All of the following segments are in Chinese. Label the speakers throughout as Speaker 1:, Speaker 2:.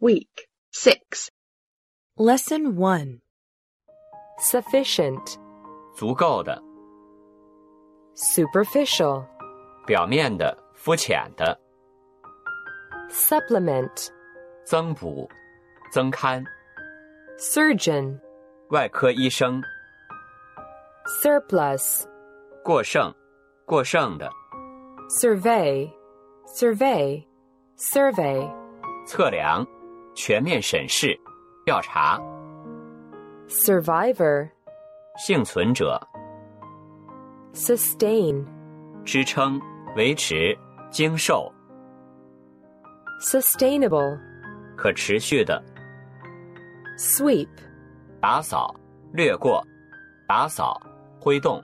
Speaker 1: Week 6.
Speaker 2: Lesson 1 Sufficient,
Speaker 3: 足够的、
Speaker 2: superficial,
Speaker 3: 表面的、肤浅的、
Speaker 2: supplement,
Speaker 3: 增补、增刊、
Speaker 2: surgeon,
Speaker 3: 外科医生、
Speaker 2: surplus,
Speaker 3: 过剩、过剩的、
Speaker 2: survey, survey, survey,
Speaker 3: 测量、全面审视、调查、
Speaker 2: survivor,
Speaker 3: 幸存者、
Speaker 2: sustain,
Speaker 3: 支撑、维持、经受、
Speaker 2: sustainable,
Speaker 3: 可持续的、
Speaker 2: sweep,
Speaker 3: 打扫、掠过、打扫、挥动、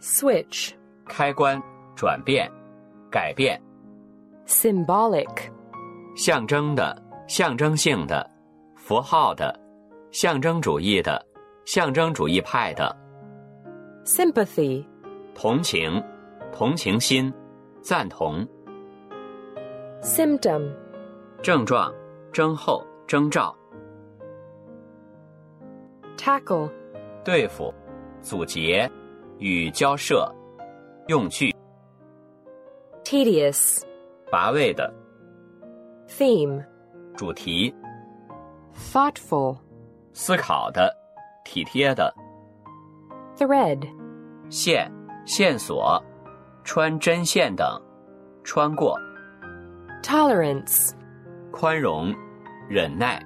Speaker 2: switch,
Speaker 3: 开关、转变、改变、
Speaker 2: symbolic,
Speaker 3: 象征的、象征性的、符号的、象征主义的、象征主义派的、
Speaker 2: sympathy,
Speaker 3: 同情、同情心、赞同、
Speaker 2: symptom,
Speaker 3: 症状、征候、征兆、
Speaker 2: tackle,
Speaker 3: 对付、阻截与交涉、用具、
Speaker 2: tedious,
Speaker 3: 乏味的、
Speaker 2: theme,
Speaker 3: 主题、
Speaker 2: thoughtful,
Speaker 3: 思考的、体贴的、
Speaker 2: thread,
Speaker 3: 线、线索、穿针线等、穿过、
Speaker 2: tolerance,
Speaker 3: 宽容、忍耐、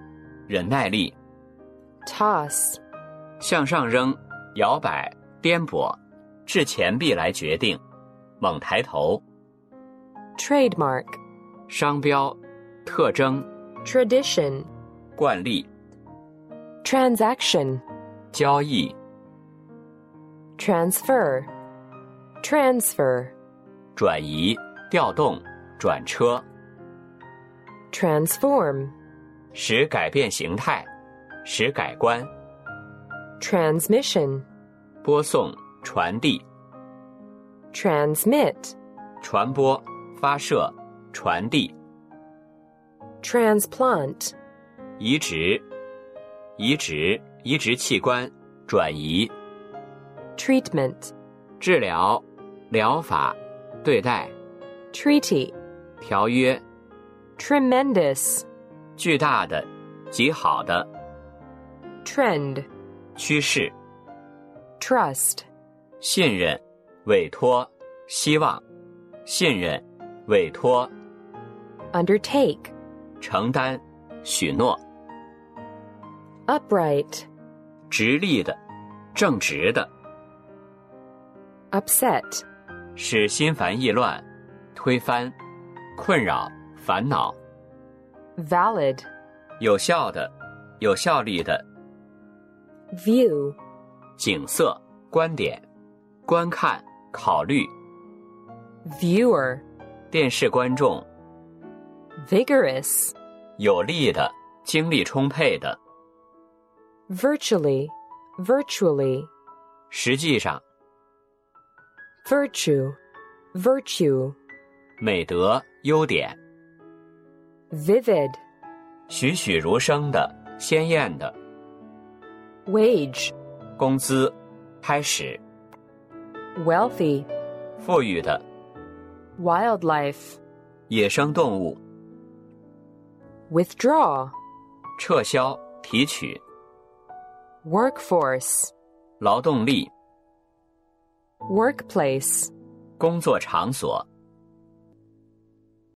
Speaker 3: 忍耐力、
Speaker 2: toss,
Speaker 3: 向上扔、摇摆、颠簸，掷钱币来决定，猛抬头、
Speaker 2: trademark,
Speaker 3: 商标、特征、
Speaker 2: tradition,
Speaker 3: 惯例、
Speaker 2: transaction,
Speaker 3: 交易、
Speaker 2: transfer, transfer,
Speaker 3: 转移、调动、转车，
Speaker 2: transform,
Speaker 3: 使改变形态，使改观、
Speaker 2: transmission,
Speaker 3: 播送、传递、
Speaker 2: transmit,
Speaker 3: 传播、发射、传递、
Speaker 2: transplant,
Speaker 3: 移植、移植、移植器官、转移、
Speaker 2: treatment,
Speaker 3: 治疗、疗法、对待、
Speaker 2: treaty,
Speaker 3: 条约。
Speaker 2: tremendous,
Speaker 3: 巨大的、极好的
Speaker 2: trend,
Speaker 3: 趋势、
Speaker 2: trust,
Speaker 3: 信任、委托、希望、信任、委托、
Speaker 2: undertake,
Speaker 3: 承担、许诺、
Speaker 2: upright,
Speaker 3: 直立的、正直的，
Speaker 2: upset,
Speaker 3: 使心烦意乱、推翻、困扰、烦恼、
Speaker 2: valid,
Speaker 3: 有效的、有效力的
Speaker 2: view,
Speaker 3: 景色、观点、观看、考虑、
Speaker 2: viewer,
Speaker 3: 电视观众、
Speaker 2: vigorous,
Speaker 3: 有力的、精力充沛的。
Speaker 2: virtually, virtually.
Speaker 3: 实际上，
Speaker 2: virtue, virtue,
Speaker 3: 美德、优点。
Speaker 2: vivid,
Speaker 3: 栩栩如生的、鲜艳的
Speaker 2: wage,
Speaker 3: 工资，开始
Speaker 2: wealthy,
Speaker 3: 富裕的
Speaker 2: wildlife,
Speaker 3: 野生动物，
Speaker 2: withdraw,
Speaker 3: 撤销、提取
Speaker 2: workforce,
Speaker 3: 劳动力、
Speaker 2: workplace,
Speaker 3: 工作场所、